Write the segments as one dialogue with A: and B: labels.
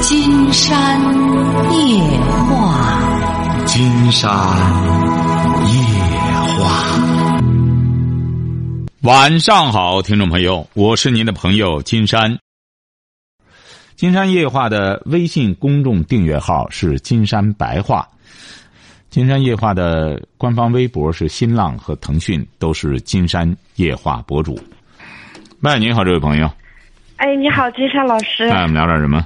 A: 金山夜话，
B: 金山夜话。晚上好，听众朋友，我是您的朋友金山。金山夜话的微信公众订阅号是“金山白话”，金山夜话的官方微博是新浪和腾讯，都是金山夜话博主。喂，你好，这位朋友。
C: 哎，你好，金山老师。
B: 哎，我们聊点什么？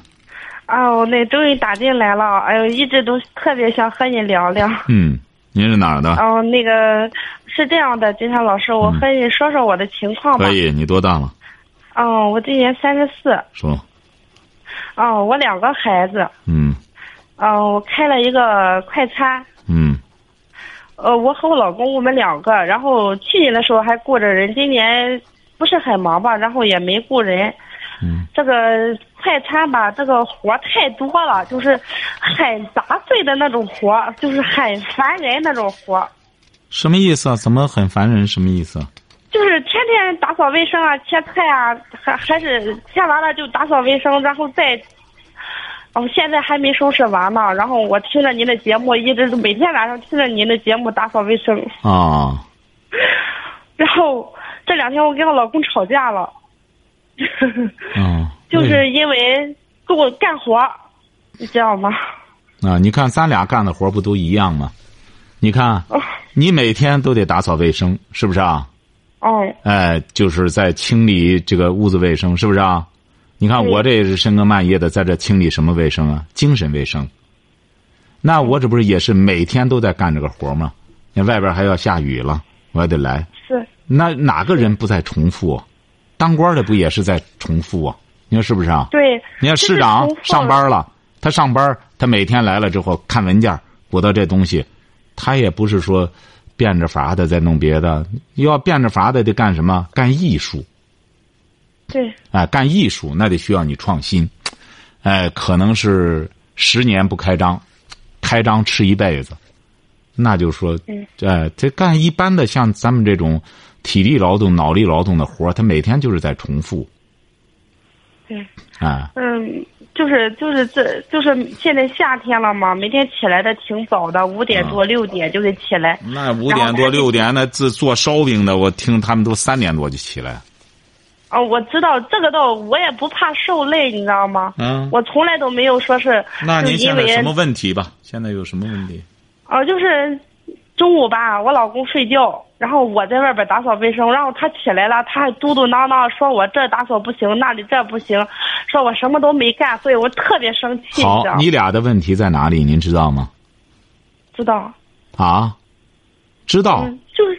C: 啊，我那终于打进来了。哎呦，一直都特别想和你聊聊。
B: 嗯，您是哪儿的？
C: 哦，那个是这样的，金山老师，我和你说说我的情况
B: 嗯
C: 吧。
B: 可以，你多大了？
C: 嗯，我今年三十四。
B: 说。
C: 哦，我两个孩子。
B: 嗯。
C: 嗯，我开了一个快餐。
B: 嗯。
C: 呃，我和我老公我们两个，然后去年的时候还雇着人，今年不是很忙吧，然后也没雇人。
B: 嗯。
C: 这个。快餐吧，这个活太多了，就是很杂碎的那种活，就是很烦人那种活。
B: 什么意思啊？怎么很烦人？什么意思啊？
C: 就是天天打扫卫生啊，切菜啊，还还是切完了就打扫卫生，然后再，哦，现在还没收拾完呢。然后我听着您的节目，一直都每天晚上听着您的节目打扫卫生。
B: 啊、哦。
C: 然后这两天我跟我老公吵架了。
B: 嗯
C: 就是因为给我干活，你知道吗？
B: 啊，你看咱俩干的活不都一样吗？你看，你每天都得打扫卫生，是不是啊？
C: 哦。
B: 哎，就是在清理这个屋子卫生，是不是啊？你看我这是深更半夜的在这清理什么卫生啊？精神卫生。那我这不是也是每天都在干这个活吗？你外边还要下雨了，我还得来。
C: 是。
B: 那哪个人不在重复？啊当官的不也是在重复啊？你说是不是啊？
C: 对。
B: 你看市长上班了，他上班，他每天来了之后看文件，鼓捣这东西，他也不是说变着法的在弄别的，要变着法的得干什么？干艺术。
C: 对。
B: 哎，干艺术那得需要你创新，哎，可能是十年不开张，开张吃一辈子，那就说，哎，这干一般的像咱们这种体力劳动、脑力劳动的活他每天就是在重复。
C: 对，
B: 啊，
C: 嗯，就是就是这就是现在夏天了嘛，每天起来的挺早的，五点
B: 嗯
C: 多六点就得起来。
B: 那五点多六点，那自做烧饼的，我听他们都三点多就起来。
C: 哦，我知道这个倒，我也不怕受累，你知道吗？
B: 嗯，
C: 我从来都没有说是
B: 那
C: 就
B: 您
C: 因
B: 现在
C: 为
B: 什么问题吧？现在有什么问题？
C: 哦、就是中午吧，我老公睡觉，然后我在外边打扫卫生，然后他起来了，他还嘟嘟囔囔说我这打扫不行，那里这不行，说我什么都没干，所以我特别生气。
B: 好
C: 知道，吗
B: 你俩的问题在哪里？您知道吗？
C: 知道。
B: 啊，知道。
C: 嗯，就是，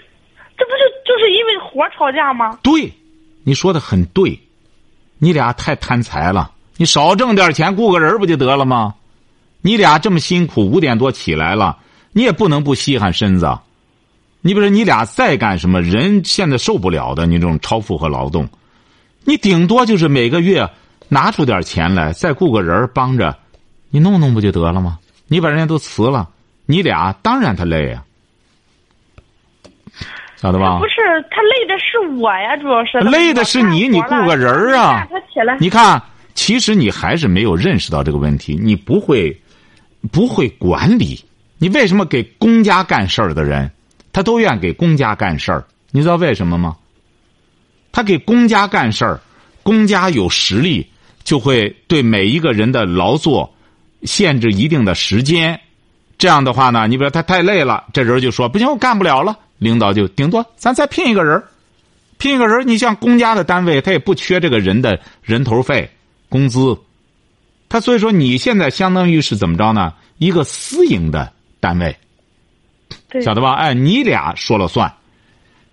C: 这不就就是因为活吵架吗？
B: 对，你说的很对，你俩太贪财了，你少挣点钱雇个人不就得了吗？你俩这么辛苦，五点多起来了，你也不能不稀罕身子。啊你比如说，你俩再干什么，人现在受不了的，你这种超负荷劳动，你顶多就是每个月拿出点钱来，再雇个人帮着，你弄弄不就得了吗？你把人家都辞了，你俩当然他累啊，晓得吧？
C: 不是，他累的是我呀，主要是
B: 累的是你，你雇个人儿啊！
C: 他起来，
B: 你看，其实你还是没有认识到这个问题，你不会，不会管理。你为什么给公家干事儿的人，他都愿给公家干事儿？你知道为什么吗？他给公家干事儿，公家有实力，就会对每一个人的劳作限制一定的时间。这样的话呢，你比如他太累了，这人就说不行，我干不了了。领导就顶多咱再聘一个人儿聘一个人儿，你像公家的单位，他也不缺这个人的人头费、工资。他所以说，你现在相当于是怎么着呢？一个私营的单位，
C: 对
B: 晓得吧？哎，你俩说了算，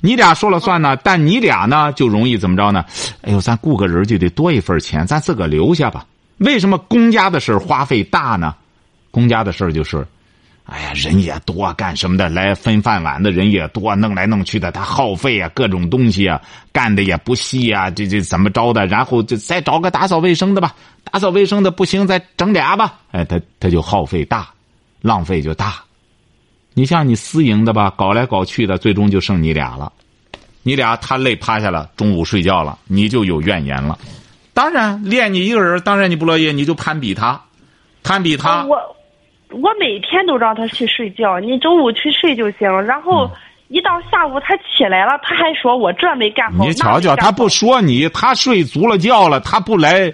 B: 你俩说了算呢。但你俩呢，就容易怎么着呢？哎呦，咱雇个人就得多一份钱，咱自个儿留下吧。为什么公家的事儿花费大呢？公家的事儿就是，哎呀，人也多，干什么的来分饭碗的人也多，弄来弄去的，他耗费啊，各种东西啊，干的也不细啊，这这怎么着的？然后就啊再找个打扫卫生的吧，打扫卫生的不行，再整俩吧。哎，他他就耗费大，浪费就大。你像你私营的吧，搞来搞去的，最终就剩你俩了。你俩他累趴下了，中午睡觉了，你就有怨言了。当然，练你一个人，当然你不乐意，你就攀比他。攀比他。
D: 我我每天都让他去睡觉，你中午去睡就行。然后
B: 嗯
D: 一到下午他起来了，他还说我这没干好。
B: 你瞧瞧，
D: 那没干好
B: 他不说你，他睡足了觉了，他不来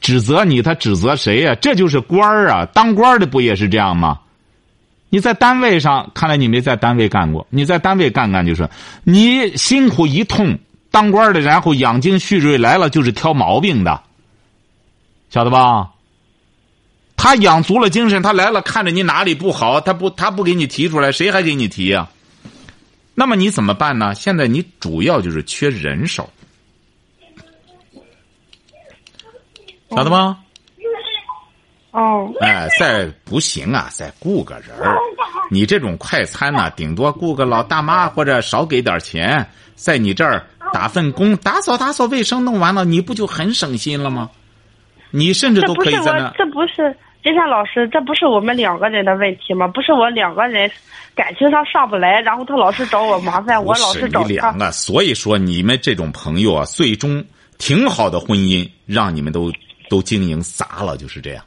B: 指责你，他指责谁呀、这就是官儿啊！当官儿的不也是这样吗？你在单位上，看来你没在单位干过。你在单位干干就是，你辛苦一通，当官儿的，然后养精蓄锐来了，就是挑毛病的，晓得吧？他养足了精神，他来了，看着你哪里不好，他不他不给你提出来，谁还给你提呀、那么你怎么办呢？现在你主要就是缺人手，晓得吗？
D: 哦，
B: 哎，再不行啊，再雇个人儿。你这种快餐呢、顶多雇个老大妈或者少给点钱，在你这儿打份工，打扫打扫卫生，弄完了你不就很省心了吗？你甚至
D: 这
B: 都
D: 不
B: 可以
D: 是
B: 在
D: 我
B: 那，
D: 这不是金山老师，这不是我们两个人的问题吗？不是我两个人感情上上不来，然后他老是找我麻烦，我
B: 不
D: 老
B: 是
D: 是找
B: 你
D: 他
B: 两。个，所以说你们这种朋友啊，最终挺好的婚姻，让你们都都经营砸了，就是这样，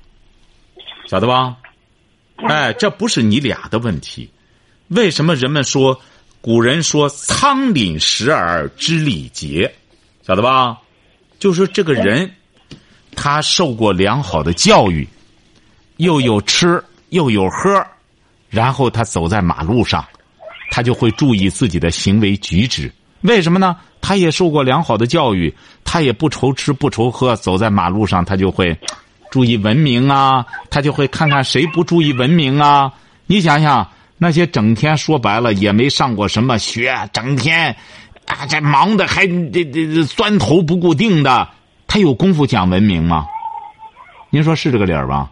B: 晓得吧？哎，这不是你俩的问题。为什么人们说，古人说“仓廪实而知礼节”，晓得吧？就是这个人，他受过良好的教育，又有吃又有喝，然后他走在马路上，他就会注意自己的行为举止。为什么呢？他也受过良好的教育，他也不愁吃不愁喝，走在马路上他就会注意文明啊，他就会看看谁不注意文明啊。你想想，那些整天说白了也没上过什么学，整天啊这忙的还这这这钻头不固定的，他有功夫讲文明吗？您说是这个理儿吧？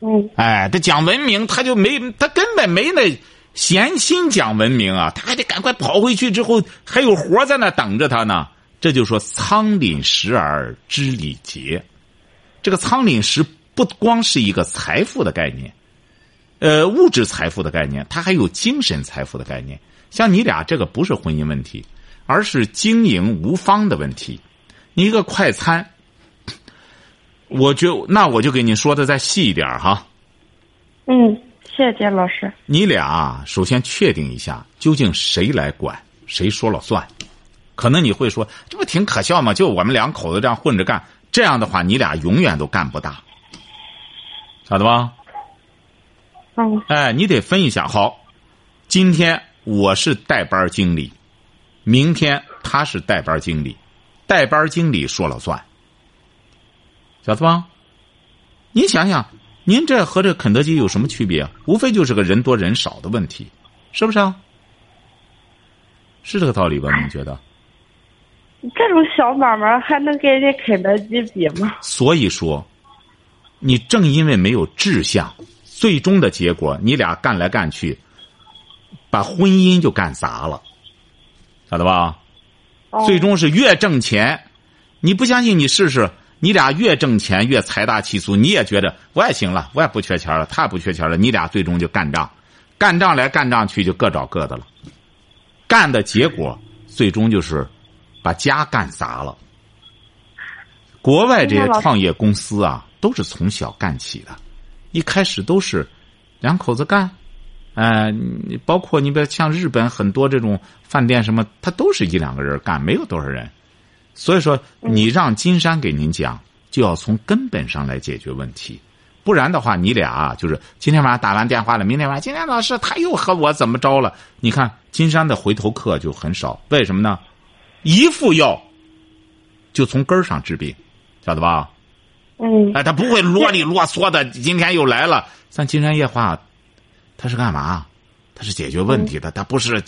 D: 嗯，
B: 哎，他讲文明，他就没，他根本没那闲心讲文明啊，他还得赶快跑回去，之后还有活在那等着他呢。这就说仓廪实而知礼节，这个仓廪实不光是一个财富的概念，呃，物质财富的概念，它还有精神财富的概念。像你俩这个不是婚姻问题，而是经营无方的问题。你一个快餐，我就那我就给你说的再细一点儿哈。
D: 嗯，谢谢金老师。
B: 你俩啊首先确定一下，究竟谁来管，谁说了算。可能你会说，这不挺可笑吗？就我们两口子这样混着干，这样的话，你俩永远都干不大，晓得吧？
C: 哦
D: 嗯
B: 哎，你得分一下。好，今天我是带班经理，明天他是带班经理，带班经理说了算，晓得吧？您想想，您这和这肯德基有什么区别、啊？无非就是个人多人少的问题，是不是啊？是这个道理吧？您觉得？
D: 这种小买卖还能跟人家肯德基比吗？
B: 所以说，你正因为没有志向，最终的结果你俩干来干去，把婚姻就干砸了，晓得吧？
D: 哦
B: 最终是越挣钱，你不相信你试试，你俩越挣钱越财大气粗，你也觉得我也行了，我也不缺钱了，他也不缺钱了，你俩最终就干仗，干仗来干仗去就各找各的了，干的结果最终就是把家干砸了。国外这些
D: 那老师
B: 创业公司啊，都是从小干起的，一开始都是两口子干，呃，你包括你比如像日本很多这种饭店什么，他都是一两个人干，没有多少人。所以说，
D: 嗯
B: 你让金山给您讲，就要从根本上来解决问题，不然的话，你俩啊就是今天晚上打完电话了，明天晚上金山老师他又和我怎么着了？你看金山的回头客就很少，为什么呢？一副药就从根儿上治病，晓得吧？
D: 嗯
B: 哎，他不会啰里啰嗦的，今天又来了。咱金山夜话，他是干嘛？他是解决问题的，他不是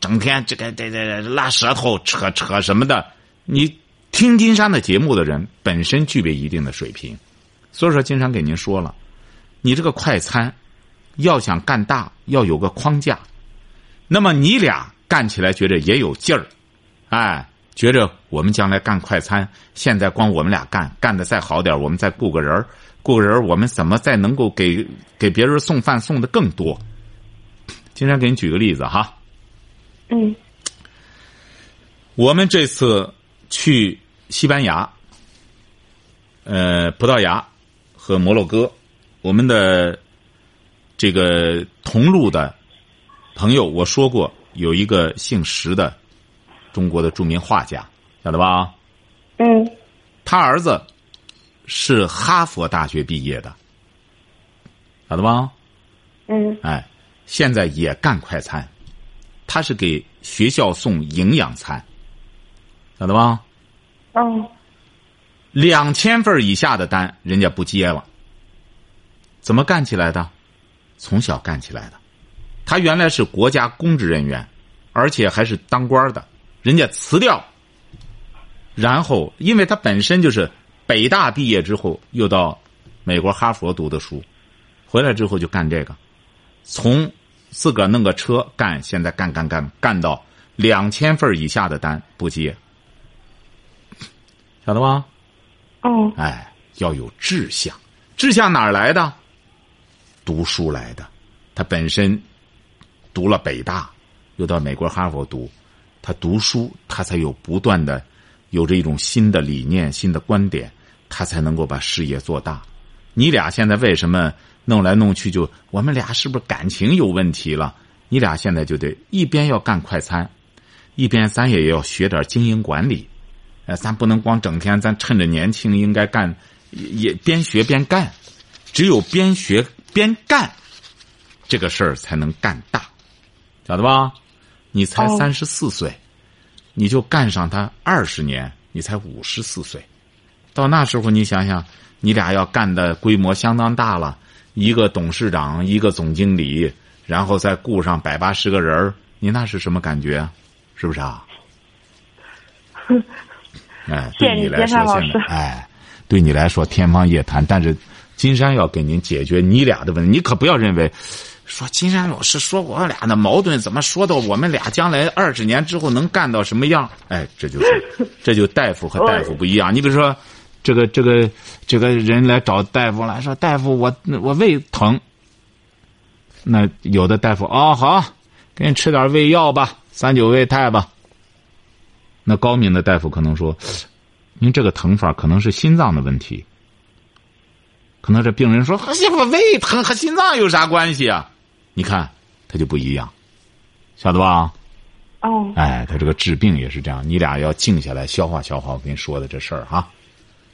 B: 整天这个这这这拉舌头扯扯什么的。你听金山的节目的人，本身具备一定的水平，所以说金山给您说了，你这个快餐要想干大，要有个框架。那么你俩干起来觉着也有劲儿，哎，觉着我们将来干快餐，现在光我们俩干，干的再好点儿，我们再雇个人儿雇个人儿我们怎么再能够给给别人送饭送的更多？金山给你举个例子哈，
D: 嗯
B: 我们这次去西班牙、呃葡萄牙和摩洛哥，我们的这个同路的朋友，我说过有一个姓石的中国的著名画家，晓得吧？啊
D: 嗯
B: 他儿子是哈佛大学毕业的，晓得吧？
D: 嗯
B: 哎，现在也干快餐，他是给学校送营养餐，晓得吧？
C: 哦
D: 嗯
B: 两千份以下的单人家不接了。怎么干起来的？从小干起来的。他原来是国家公职人员，而且还是当官的，人家辞掉。然后，因为他本身就是北大毕业之后，又到美国哈佛读的书，回来之后就干这个，从自个儿弄个车干，现在干干干干到两千份以下的单不接，晓得吗？
D: 嗯
C: 哦
B: 哎，要有志向，志向哪儿来的？读书来的。他本身读了北大，又到美国哈佛读，他读书，他才有不断的有着一种新的理念、新的观点，他才能够把事业做大。你俩现在为什么弄来弄去就我们俩是不是感情有问题了？你俩现在就得一边要干快餐，一边咱也要学点经营管理。呃，咱不能光整天，咱趁着年轻应该干，也也边学边干，只有边学边干，这个事儿才能干大，晓得吧？你才
D: 哦
B: 三十四岁，你就干上它二十年，你才五十四岁，到那时候你想想，你俩要干的规模相当大了，一个董事长，一个总经理，然后再雇上百八十个人儿你那是什么感觉啊？是不 是啊？哎，
D: 谢谢
B: 对你
D: 你
B: 来
D: 金山
B: 说
D: 老
B: 现在
D: 师
B: 哎，对你来说天方夜谭，但是金山要给您解决你俩的问题，你可不要认为说金山老师说我俩的矛盾怎么说到我们俩将来二十年之后能干到什么样？哎，这就是这就大夫和大夫不一样。你比如说，这个这个这个人来找大夫了，说大夫我我胃疼，那有的大夫哦好，给你吃点胃药吧，三九胃泰吧。那高明的大夫可能说，您这个疼法可能是心脏的问题。可能这病人说：“哎呀，我胃疼和心脏有啥关系啊？”你看他就不一样，晓得吧？
C: 哦
D: 嗯
B: 哎，他这个治病也是这样，你俩要静下来消化消化我跟你说的这事儿哈。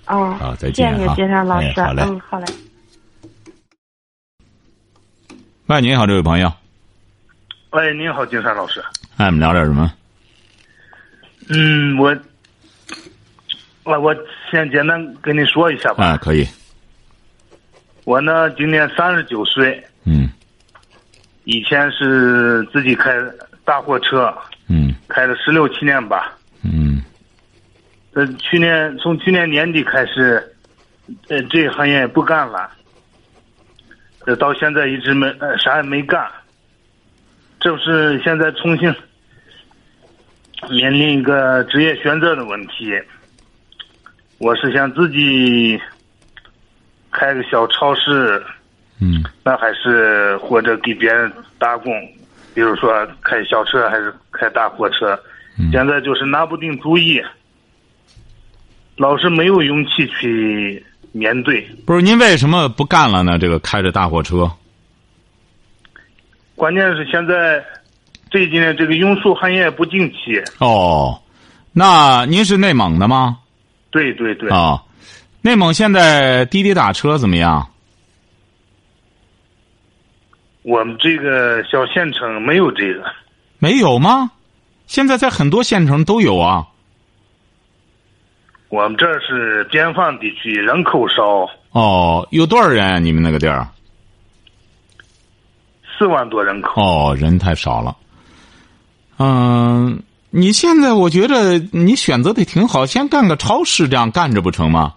C: 哦
D: 嗯，
B: 好再
D: 谢
B: 见
D: 谢你
B: 哈，
D: 金山老
B: 哎
D: 师，
B: 好嘞
D: 嗯，好嘞。
B: 喂，您好，这位朋友，
E: 喂，哎您好，金山老师。
B: 哎，我们聊点什么？
E: 嗯，我，我我先简单跟你说一下吧。
B: 哎，可以，
E: 我呢，今年三十九岁，
B: 嗯
E: 以前是自己开大货车，
B: 嗯
E: 开了十六七年吧。
B: 嗯
E: 呃，去年从去年年底开始，呃，这行业不干了，呃，到现在一直没呃啥也没干，这不是现在重庆面临一个职业选择的问题。我是想自己开个小超市，
B: 嗯
E: 那还是或者给别人打工，比如说开小车还是开大货车，
B: 嗯
E: 现在就是拿不定主意，老是没有勇气去面对。
B: 不是您为什么不干了呢？这个开着大货车，
E: 关键是现在这几年这个运输行业不景气，
B: 哦，那您是内蒙的吗？
E: 对对对，
B: 啊、内蒙现在滴滴打车怎么样？
E: 我们这个小县城没有这个，
B: 没有吗？现在在很多县城都有啊。
E: 我们这儿是边防地区，人口少，
B: 哦，有多少人啊？你们那个地儿？
E: 四万多人口。
B: 哦，人太少了。嗯、你现在我觉着你选择的挺好，先干个超市，这样干着不成吗？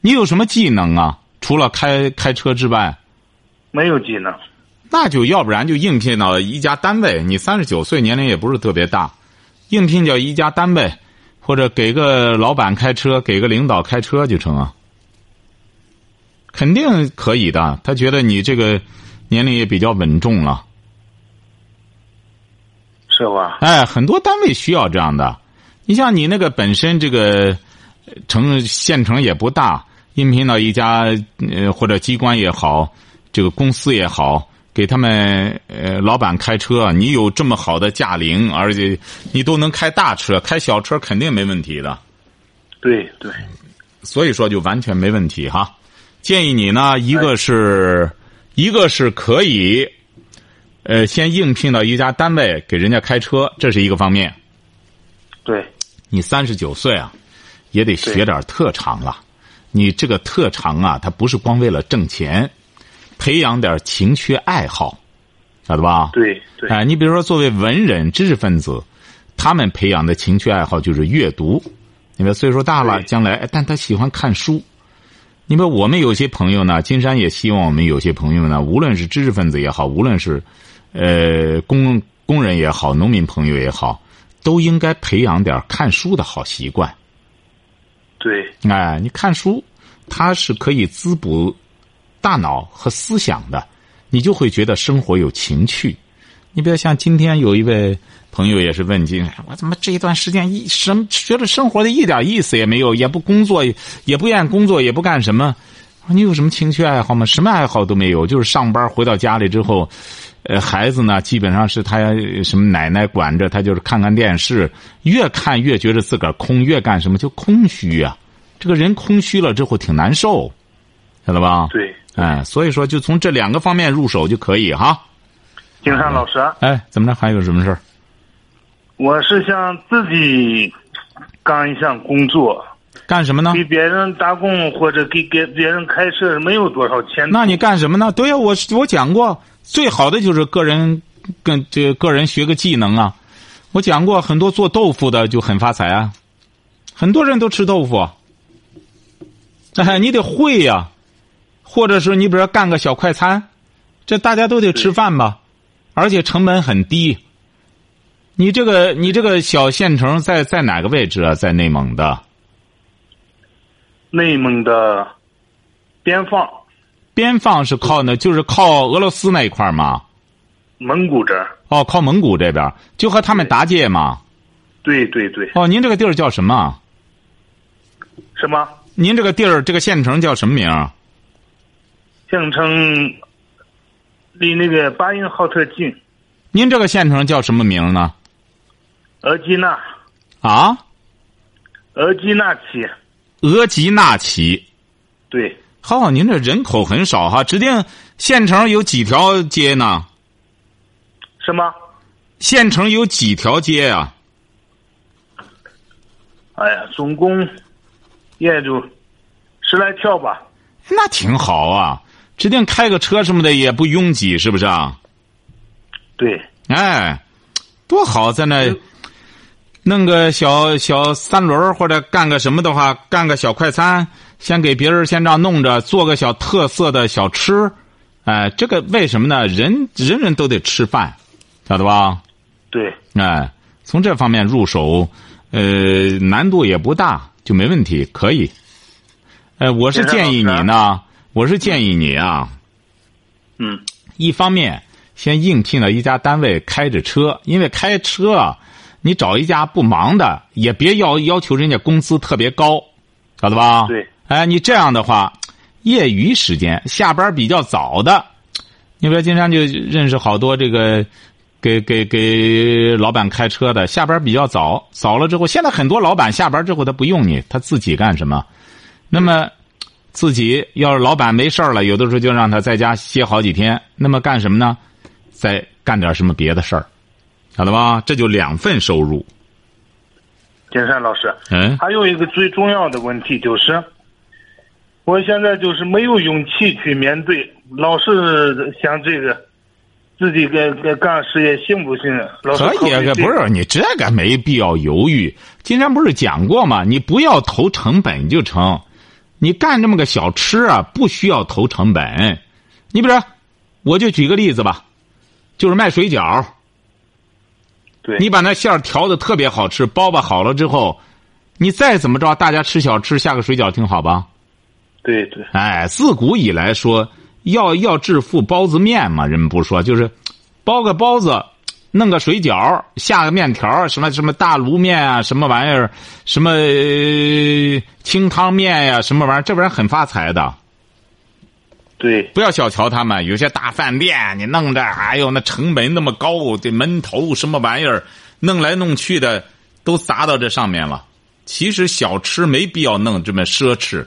B: 你有什么技能啊？除了开开车之外，
E: 没有技能，
B: 那就要不然就应聘到一家单位。你三十九岁，年龄也不是特别大，应聘叫一家单位，或者给个老板开车，给个领导开车就成啊。肯定可以的，他觉得你这个年龄也比较稳重了。
E: 是吧？
B: 哎，很多单位需要这样的。你像你那个本身这个呃城县城也不大，应聘到一家呃或者机关也好，这个公司也好，给他们呃老板开车，你有这么好的驾龄，而且你都能开大车，开小车肯定没问题的。
E: 对对，
B: 所以说就完全没问题哈。建议你呢，一个是，一个是可以，呃，先应聘到一家单位给人家开车，这是一个方面。
E: 对，
B: 你三十九岁啊，也得学点特长了。你这个特长啊，它不是光为了挣钱，培养点情趣爱好，晓得吧？
E: 对对。
B: 哎，你比如说，作为文人知识分子，他们培养的情趣爱好就是阅读。你们岁数大了，
E: 对
B: 将来，哎但他喜欢看书。你们我们有些朋友呢，金山也希望我们有些朋友呢，无论是知识分子也好，无论是呃工工人也好，农民朋友也好，都应该培养点儿看书的好习惯。
E: 对
B: 哎，你看书，它是可以滋补大脑和思想的，你就会觉得生活有情趣。你比如像今天有一位朋友也是问津，哎我怎么这一段时间一什么觉得生活的一点意思也没有，也不工作，也不愿意工作，也不干什么。我说你有什么情趣爱好吗？什么爱好都没有，就是上班回到家里之后，呃，孩子呢基本上是他呃什么奶奶管着，他就是看看电视，越看越觉得自个儿空，越干什么就空虚啊。这个人空虚了之后挺难受，晓得吧？
E: 对，
B: 哎，所以说就从这两个方面入手就可以哈。
E: 金山老师啊，
B: 哎，怎么着？还有什么事儿？
E: 我是想自己干一项工作，
B: 干什么呢
E: 给？别人打工或者给给别人开设没有多少钱。
B: 那你干什么呢？对呀、我我讲过，最好的就是个人跟这个人学个技能啊。我讲过，很多做豆腐的就很发财啊，很多人都吃豆腐。哎， 你得会呀、或者是你比如说干个小快餐，这大家都得吃饭吧，而且成本很低。你这个你这个小县城在在哪个位置啊？在内蒙的
E: 内蒙的边防
B: 边放是靠呢，就是靠俄罗斯那一块儿嘛。
E: 蒙古这儿，
B: 哦，靠蒙古这边儿，就和他们搭界嘛。
E: 对对对，
B: 哦，您这个地儿叫什么？
E: 什么
B: 您这个地儿，这个县城叫什么名儿？
E: 县城离那个巴音浩特近，
B: 您这个县城叫什么名儿呢？
E: 额济纳
B: 啊，
E: 额济纳旗，
B: 额济纳旗。
E: 对，
B: 好，您这人口很少哈，指定县城有几条街呢？
E: 什么？
B: 县城有几条街啊呀、
E: 哎呀，总共也就十来条吧。
B: 那挺好啊，指定开个车什么的也不拥挤，是不是啊？
E: 对，
B: 哎，多好，在那弄个小小三轮儿或者干个什么的话，干个小快餐，先给别人先这样弄着，做个小特色的小吃。哎，这个为什么呢？人人人都得吃饭，晓得吧？
E: 对，
B: 哎，从这方面入手，呃，难度也不大，就没问题，可以。呃，我是
E: 先生
B: 建议你
E: 老师
B: 呢，我是建议你啊，
E: 嗯，
B: 一方面先应聘了一家单位开着车，因为开车啊，你找一家不忙的，也别要要求人家工资特别高，晓得吧？
E: 对。
B: 哎，你这样的话，业余时间下班比较早的，你比如金山就认识好多这个。给给给老板开车的，下班比较早，早了之后，现在很多老板下班之后他不用你，他自己干什么？那么自己要是老板没事儿了，有的时候就让他在家歇好几天。那么干什么呢？再干点什么别的事儿，晓得吧？这就两份收入。
E: 金山老师，
B: 嗯，
E: 还有一个最重要的问题就是，我现在就是没有勇气去面对，老是想这个自己该该干事业行不行？老是
B: 可以
E: 考虑
B: 啊，
E: 这
B: 不是你这个没必要犹豫。金山不是讲过吗？你不要投成本就成。你干这么个小吃啊，不需要投成本。你比如说，我就举个例子吧，就是卖水饺，
E: 对，
B: 你把那馅儿调的特别好吃，包吧好了之后，你再怎么着，大家吃小吃下个水饺挺好吧？
E: 对对
B: 哎，自古以来说要要致富包子面嘛，人们不说就是，包个包子，弄个水饺，下个面条，什么什么大卤面啊，什么玩意儿，什么、呃清汤面呀、什么玩意儿，这玩意儿很发财的。
E: 对，
B: 不要小瞧他们，有些大饭店你弄着，哎呦，那成本那么高，这门头什么玩意儿，弄来弄去的都砸到这上面了。其实小吃没必要弄这么奢侈，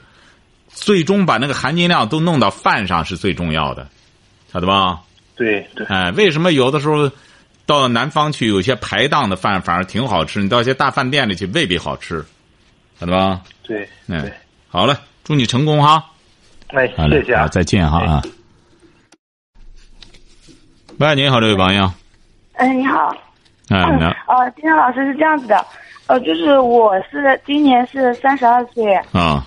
B: 最终把那个含金量都弄到饭上是最重要的，晓得吧？
E: 对对，
B: 哎，为什么有的时候到南方去，有些排档的饭反而挺好吃，你到一些大饭店里去未必好吃，晓得吧？
E: 对
B: 嗯
E: 对，，
B: 好嘞，祝你成功哈！
E: 哎，
B: 好嘞
E: 谢谢啊
B: 好，再见哈
E: 哎
B: 啊！喂，您好，这位朋友，
C: 哎，你好，
B: 哎，
C: 嗯
B: 那，
C: 呃，金山老师是这样子的，呃，就是我是今年是三十二岁，
B: 啊，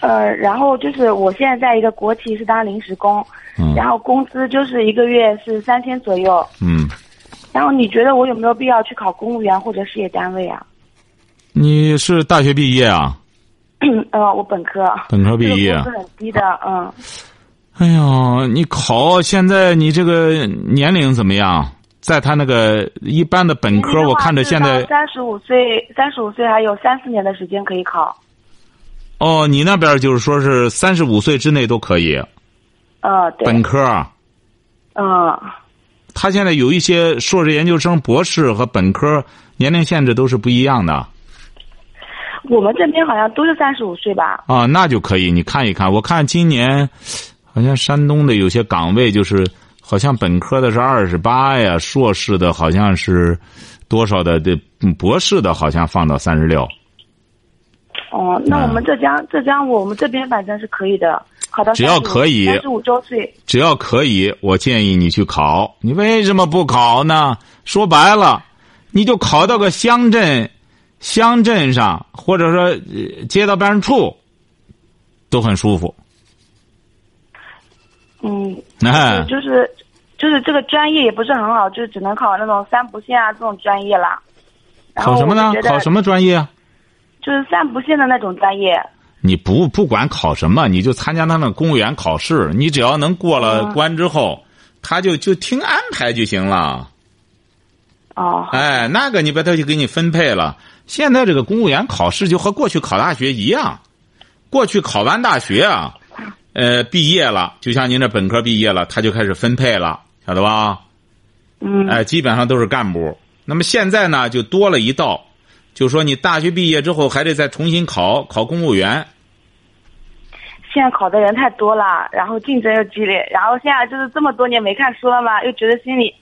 C: 呃，然后就是我现在在一个国企是当临时工，
B: 嗯
C: 然后工资就是一个月是三千左右，
B: 嗯，
C: 然后你觉得我有没有必要去考公务员或者事业单位啊？
B: 你是大学毕业啊？
C: 呃，我本科，
B: 本科毕业啊
C: 这个工资很低的，嗯，
B: 哎呦，你考现在你这个年龄怎么样？在他那个一般的本科，嗯我看着现在
C: 三十五岁，三十五岁还有三四年的时间可以考，
B: 哦，你那边就是说是三十五岁之内都可以
C: 呃，对，
B: 本科啊。
C: 嗯、
B: 他现在有一些硕士研究生、博士和本科年龄限制都是不一样的
C: 我们这边好像都是三十五岁吧，
B: 啊，那就可以你看一看。我看今年好像山东的有些岗位就是，好像本科的是二十八呀，硕士的好像是多少的，这嗯博士的好像放到三十六。
C: 哦，那
B: 嗯
C: 我们浙江，浙江我们这边反正是可以的，考到
B: 只要可以
C: 三十五周岁，
B: 只要可以，我建议你去考。你为什么不考呢？说白了，你就考到个乡镇、乡镇上，或者说呃街道办事处，都很舒服。
C: 嗯，
B: 哎，
C: 就是就是这个专业也不是很好，就是只能考那种三不线啊这种专业啦。然后
B: 考什么呢
C: 我就？觉得
B: 考什么专业啊？
C: 就是三不线的那种专业。
B: 你不不管考什么，你就参加他们公务员考试，你只要能过了关之后，他就就听安排就行了。
C: 哦，
B: 哎，那个你把它就给你分配了。现在这个公务员考试就和过去考大学一样，过去考完大学啊，呃，毕业了，就像您这本科毕业了，他就开始分配了，晓得吧？
C: 嗯，
B: 哎，基本上都是干部。那么现在呢，就多了一道，就说你大学毕业之后还得再重新考考公务员。
C: 现在考的人太多了，然后竞争又激烈，然后现在就是这么多年没看书了嘛，又觉得心里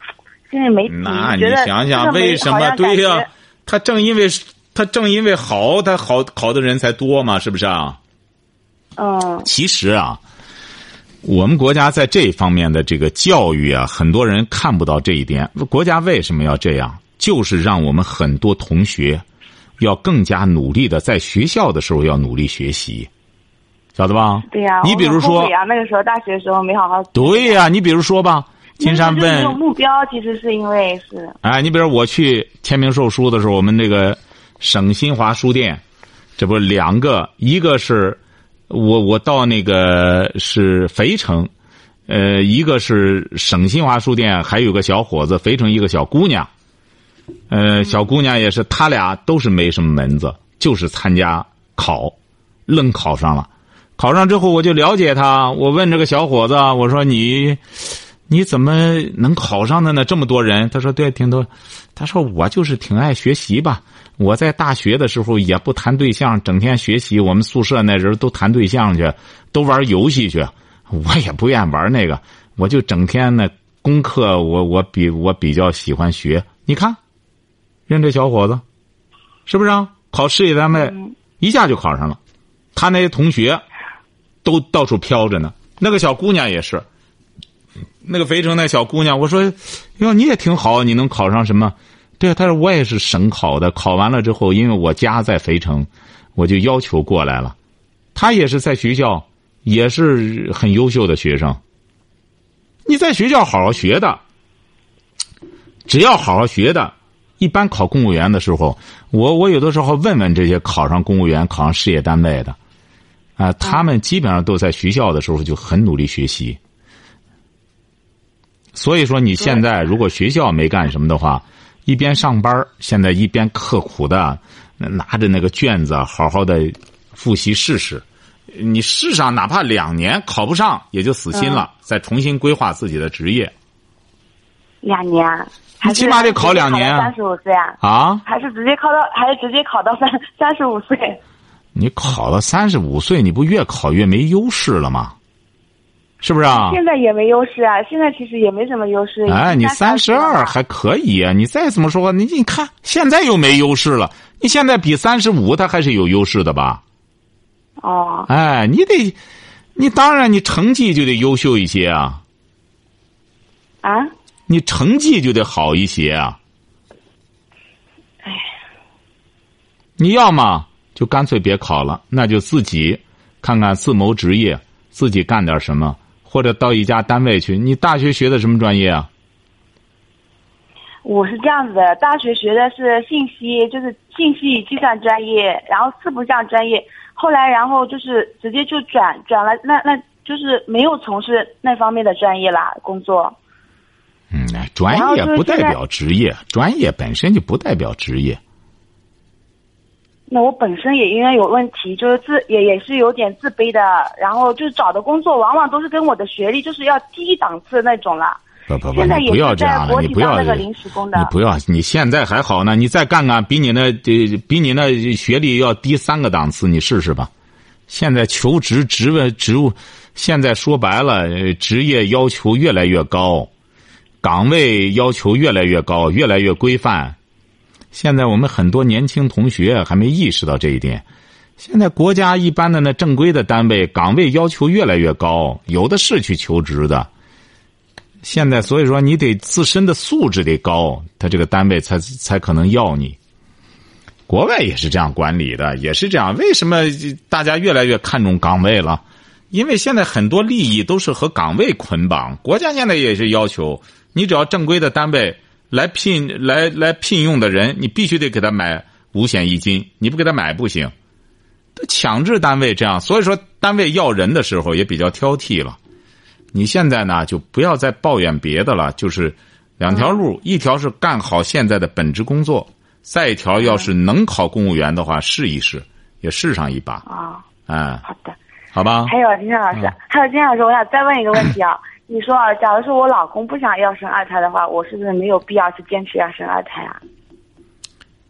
C: 心里没底，
B: 那你
C: 觉得
B: 想
C: 这
B: 想，
C: 个没
B: 为什
C: 好
B: 么？
C: 像
B: 对呀、
C: 感觉
B: 他正因为他正因为好，他好考的人才多嘛，是不是啊？
C: 嗯
B: 其实啊，我们国家在这方面的这个教育啊，很多人看不到这一点。国家为什么要这样？就是让我们很多同学要更加努力的，在学校的时候要努力学习，晓得吧？
C: 对呀、
B: 你比如说，
C: 啊，那个时候大学的时候没好好。
B: 对呀、你比如说吧，金山
C: 就是没有
B: 问，
C: 目标，其实是因为是
B: 哎，你比如我去签名售书的时候，我们那个省新华书店，这不两个，一个是我我到那个是肥城，呃，一个是省新华书店，还有个小伙子，肥城一个小姑娘，呃，小姑娘也是，他俩都是没什么门子，就是参加考，愣考上了。考上之后，我就了解他，我问这个小伙子，我说你。你怎么能考上的呢？这么多人，他说对，挺多。他说我就是挺爱学习吧。我在大学的时候也不谈对象，整天学习。我们宿舍那人都谈对象去，都玩游戏去。我也不愿玩那个，我就整天呢功课我我比我比较喜欢学。你看，认这小伙子，是不是啊？考事业单位一下就考上了，他那些同学都到处飘着呢。那个小姑娘也是，那个肥城那小姑娘，我说，哟，你也挺好，你能考上什么？对啊，她说我也是省考的，考完了之后，因为我家在肥城，我就要求过来了。她也是在学校，也是很优秀的学生。你在学校好好学的，只要好好学的，一般考公务员的时候，我我有的时候问问这些考上公务员、考上事业单位的，啊、他们基本上都在学校的时候就很努力学习。所以说，你现在如果学校没干什么的话，一边上班儿，现在一边刻苦的拿着那个卷子，好好的复习试试。你试上，哪怕两年考不上，也就死心了，再重新规划自己的职业
C: 两年，还是
B: 起码得考两年啊
C: 三十五岁啊，
B: 啊！
C: 还是直接考到，还是直接考到三三十五岁？
B: 啊你考了三十五岁，你不越考越没优势了吗？是不是啊？
C: 现在也没优势啊，现在其实也没什么优势。
B: 哎，你三
C: 三
B: 十二还可以啊！你再怎么说，你你看现在又没优势了，你现在比三十五他还是有优势的吧？
C: 哦，
B: 哎，你得，你当然你成绩就得优秀一些啊，
C: 啊，
B: 你成绩就得好一些啊。
C: 哎
B: 你要么就干脆别考了，那就自己看看自谋职业，自己干点什么，或者到一家单位去。你大学学的什么专业啊？
C: 我是这样子的，大学学的是信息，就是信息与计算专业，然后四不像专业，后来然后就是直接就转转了，那那就是没有从事那方面的专业啦工作。
B: 嗯，哎专
C: 然后
B: 业
C: 就是
B: 不
C: 现
B: 代
C: 在
B: 表职业，专业本身就不代表职业。
C: 那我本身也因为有问题，就是自也也是有点自卑的，然后就是找的工作往往都是跟我的学历就是要低档次那种了。
B: 不不不，
C: 现在
B: 你
C: 也
B: 不要
C: 是
B: 这样
C: 在
B: 了，
C: 国
B: 你
C: 企
B: 不要
C: 当那
B: 这
C: 个
B: 样，
C: 临时工的
B: 你，不要，你现在还好呢，你再干干，比你那呃比你那学历要低三个档次，你试试吧。现在求职职位职务，现在说白了，呃职业要求越来越高，岗位要求越来越高，越来越规范。现在我们很多年轻同学还没意识到这一点。现在国家一般的那正规的单位岗位要求越来越高，有的是去求职的。现在所以说你得自身的素质得高，他这个单位才才可能要你。国外也是这样管理的，也是这样。为什么大家越来越看重岗位了？因为现在很多利益都是和岗位捆绑，国家现在也是要求你只要正规的单位来聘来来聘用的人，你必须得给他买五险一金，你不给他买不行。都强制单位这样，所以说单位要人的时候也比较挑剔了。你现在呢，就不要再抱怨别的了，就是两条
C: 嗯
B: 路，一条是干好现在的本职工作，再一条要是能考公务员的
C: 嗯
B: 话，试一试，也试上一把，
C: 啊、
B: 哎，
C: 好的。
B: 好吧？
C: 还有金山老师，
B: 嗯
C: 还有金山老师，我想再问一个问 题啊。你说啊，假如说我老公不想要生二胎的话，我是不是没有必要去坚持要生二胎啊？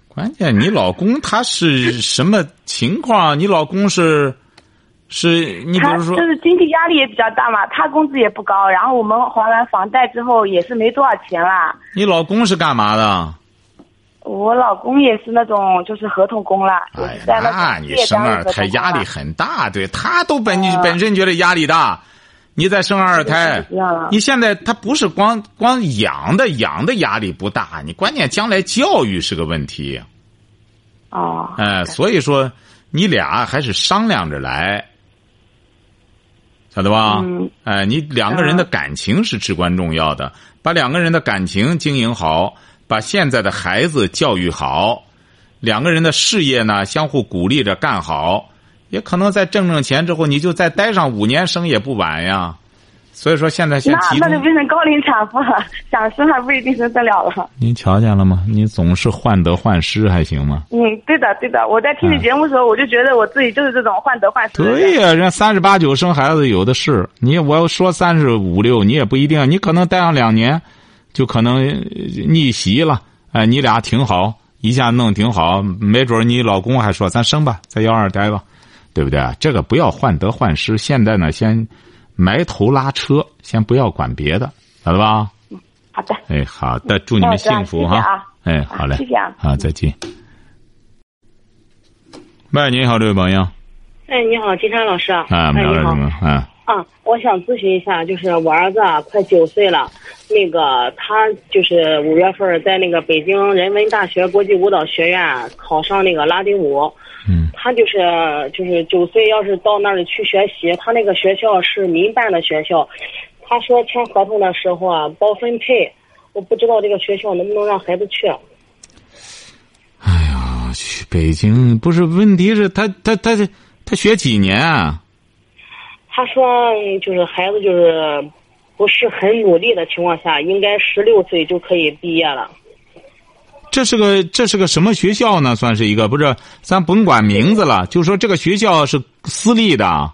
B: 关键你老公他是什么情况？你老公是，是你比
C: 他
B: 如说
C: 就，是经济压力也比较大嘛，他工资也不高，然后我们还完房贷之后也是没多少钱啦。
B: 你老公是干嘛的？
C: 我老公也是那种就是合同工啦，也
B: 哎
C: 是，在
B: 那
C: 种
B: 你
C: 企业
B: 生
C: 单位
B: 二
C: 合同
B: 胎
C: 工
B: 压
C: 啦
B: 力很大，对他都本
C: 呃
B: 本身觉得压力大，你再生二胎
C: 是这样啊，
B: 你现在他不是光光养的养的压力不大，你关键将来教育是个问题，
C: 哦，
B: 哎，所以说你俩还是商量着来，晓得吧
C: 嗯？
B: 哎，你两个人的感情是至关重要的，把两个人的感情经营好，把现在的孩子教育好，两个人的事业呢相互鼓励着干好，也可能在挣挣钱之后，你就再待上五年生也不晚呀。所以说现在先
C: 那
B: 集
C: 那就
B: 中，
C: 变成高龄产妇了，想生还不一定生得了了。
B: 您瞧见了吗？你总是患得患失，还行吗？
C: 嗯，对的对的，我在听你节目的时候，我就觉得我自己就是这种患得患失的人。
B: 嗯对呀、人三十八九生孩子有的是。你我要说三十五六，你也不一定，你可能待上两年，就可能呃逆袭了。哎，你俩挺好，一下弄挺好，没准儿你老公还说咱生吧，再要二胎吧，对不对？这个不要患得患失。现在呢，先埋头拉车，先不要管别的，晓得吧？
C: 好的，
B: 哎，好的，祝你
C: 那我
B: 们
C: 知道
B: 幸福
C: 谢谢
B: 哈
C: 啊！
B: 哎，好嘞，
C: 谢谢啊
B: 好，再见。喂，你好，这位朋友，
F: 哎，你好，金山老师。
B: 啊，
F: 哎，
B: 苗
F: 你
B: 老
F: 好
B: 师们，啊。
F: 啊，我想咨询一下，就是我儿子啊，快九岁了，那个他就是五月份在那个北京人文大学国际舞蹈学院考上那个拉丁舞。
B: 嗯。
F: 他就是就是九岁，要是到那里去学习，他那个学校是民办的学校，他说签合同的时候啊，包分配，我不知道这个学校能不能让孩子去。啊
B: 去北京不是问题是他他他他他学几年啊？
F: 他说嗯就是孩子就是。不是很努力的情况下，应该十六岁就可以毕业了。
B: 这是个这是个什么学校呢？算是一个不是？咱甭管名字了，就说这个学校是私立的，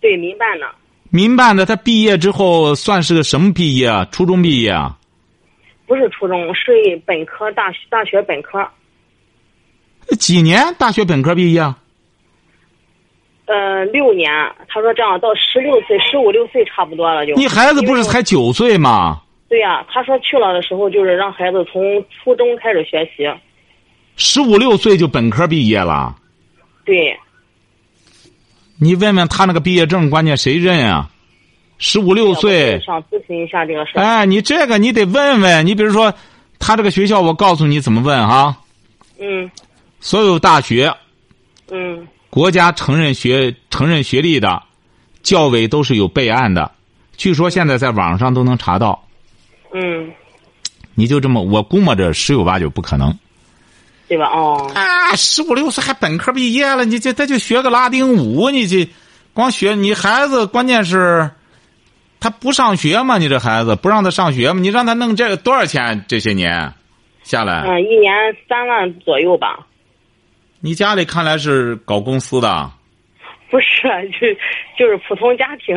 F: 对，民办的，
B: 民办的。他毕业之后算是个什么毕业啊？初中毕业啊？
F: 不是初中，是一本科大学大学本科。
B: 几年大学本科毕业？啊
F: 呃，六年，他说这样到十六岁、十五六岁差不多了就。
B: 你孩子不是才九岁吗？
F: 对呀、他说去了的时候就是让孩子从初中开始学习，
B: 十五六岁就本科毕业了，
F: 对，
B: 你问问他那个毕业证，关键谁认啊？十五六岁，
F: 想咨询一下这个事儿。
B: 哎，你这个你得问问。你比如说，他这个学校，我告诉你怎么问哈、
F: 嗯
B: 所有大学，
F: 嗯
B: 国家承认学承认学历的，教委都是有备案的，据说现在在网上都能查到。
F: 嗯，
B: 你就这么，我估摸着十有八九不可能。
F: 对吧？哦，
B: 啊，十五六岁还本科毕业了，你这他就学个拉丁舞，你这光学你孩子，关键是他不上学嘛？你这孩子不让他上学嘛？你让他弄这个多少钱？这些年下来，
F: 嗯、一年三万左右吧。
B: 你家里看来是搞公司的，
F: 不是， 就就是普通家庭。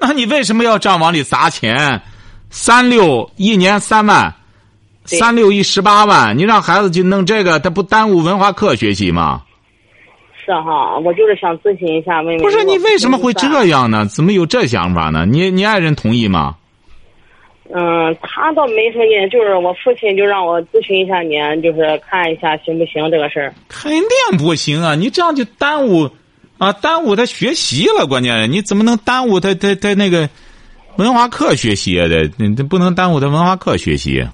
B: 那你为什么要这样往里砸钱？三六一年三万，
F: 对
B: 三六一十八万，你让孩子去弄这个，他不耽误文化课学习吗？
F: 是哈，我就是想咨询一下，问问
B: 不是
F: 如果
B: 你为什么会
F: 分不散
B: 这样呢？怎么有这想法呢？你你爱人同意吗？
F: 嗯，他倒没什么意见，就是我父亲就让我咨询一下您，就是看一下行不行这个事儿。
B: 肯定不行啊！你这样就耽误，啊，耽误他学习了。关键是你怎么能耽误他他他那个文化课学习啊？这你这不能耽误他文化课学习。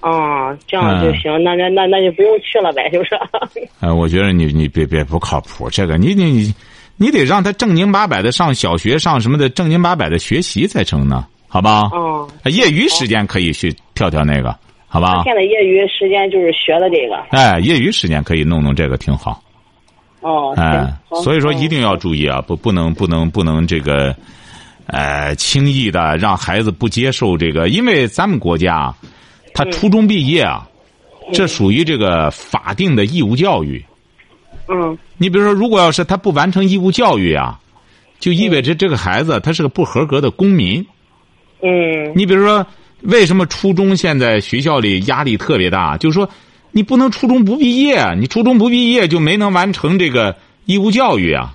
F: 啊、这样
B: 嗯
F: 就行，那那那那就不用去了呗，就是。
B: 哎，我觉得你你别别不靠谱，这个你你你你得让他正经八百的上小学上什么的正经八百的学习才成呢，好吧？呃
F: 嗯，
B: 业余时间可以去跳跳那个，好吧？
F: 现在业余时间就是学的这个。
B: 哎，业余时间可以弄弄这个，挺好。
F: 哦，
B: 哎
F: 行，好
B: 所以说
F: 嗯
B: 一定要注意啊，不不能不能不能这个，呃，轻易的让孩子不接受这个，因为咱们国家啊，他
F: 嗯
B: 初中毕业啊，这属于这个法定的义务教育。
F: 嗯
B: 你比如说，如果要是他不完成义务教育啊，就意味着这个孩子他是个不合格的公民。
F: 嗯
B: 你比如说，为什么初中现在学校里压力特别大？就是说，你不能初中不毕业，你初中不毕业就没能完成这个义务教育啊，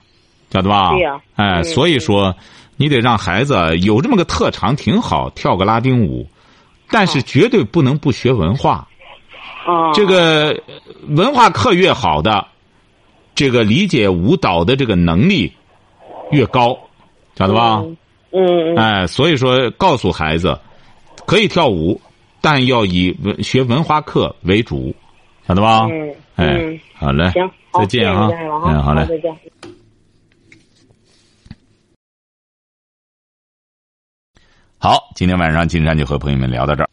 B: 晓得吧？
F: 对呀
B: 哎，
F: 嗯
B: 所以说，你得让孩子有这么个特长挺好，跳个拉丁舞，但是绝对不能不学文化。
F: 啊，
B: 这个文化课越好的，这个理解舞蹈的这个能力越高，晓得吧？
F: 嗯嗯
B: 哎，所以说告诉孩子，可以跳舞，但要以文学文化课为主，晓得吧？
F: 嗯
B: 哎
F: 嗯，
B: 好嘞，
F: 行，好
B: 再见啊
F: 谢谢你，
B: 哎，好嘞。
F: 再见。
B: 好，今天晚上金山就和朋友们聊到这儿。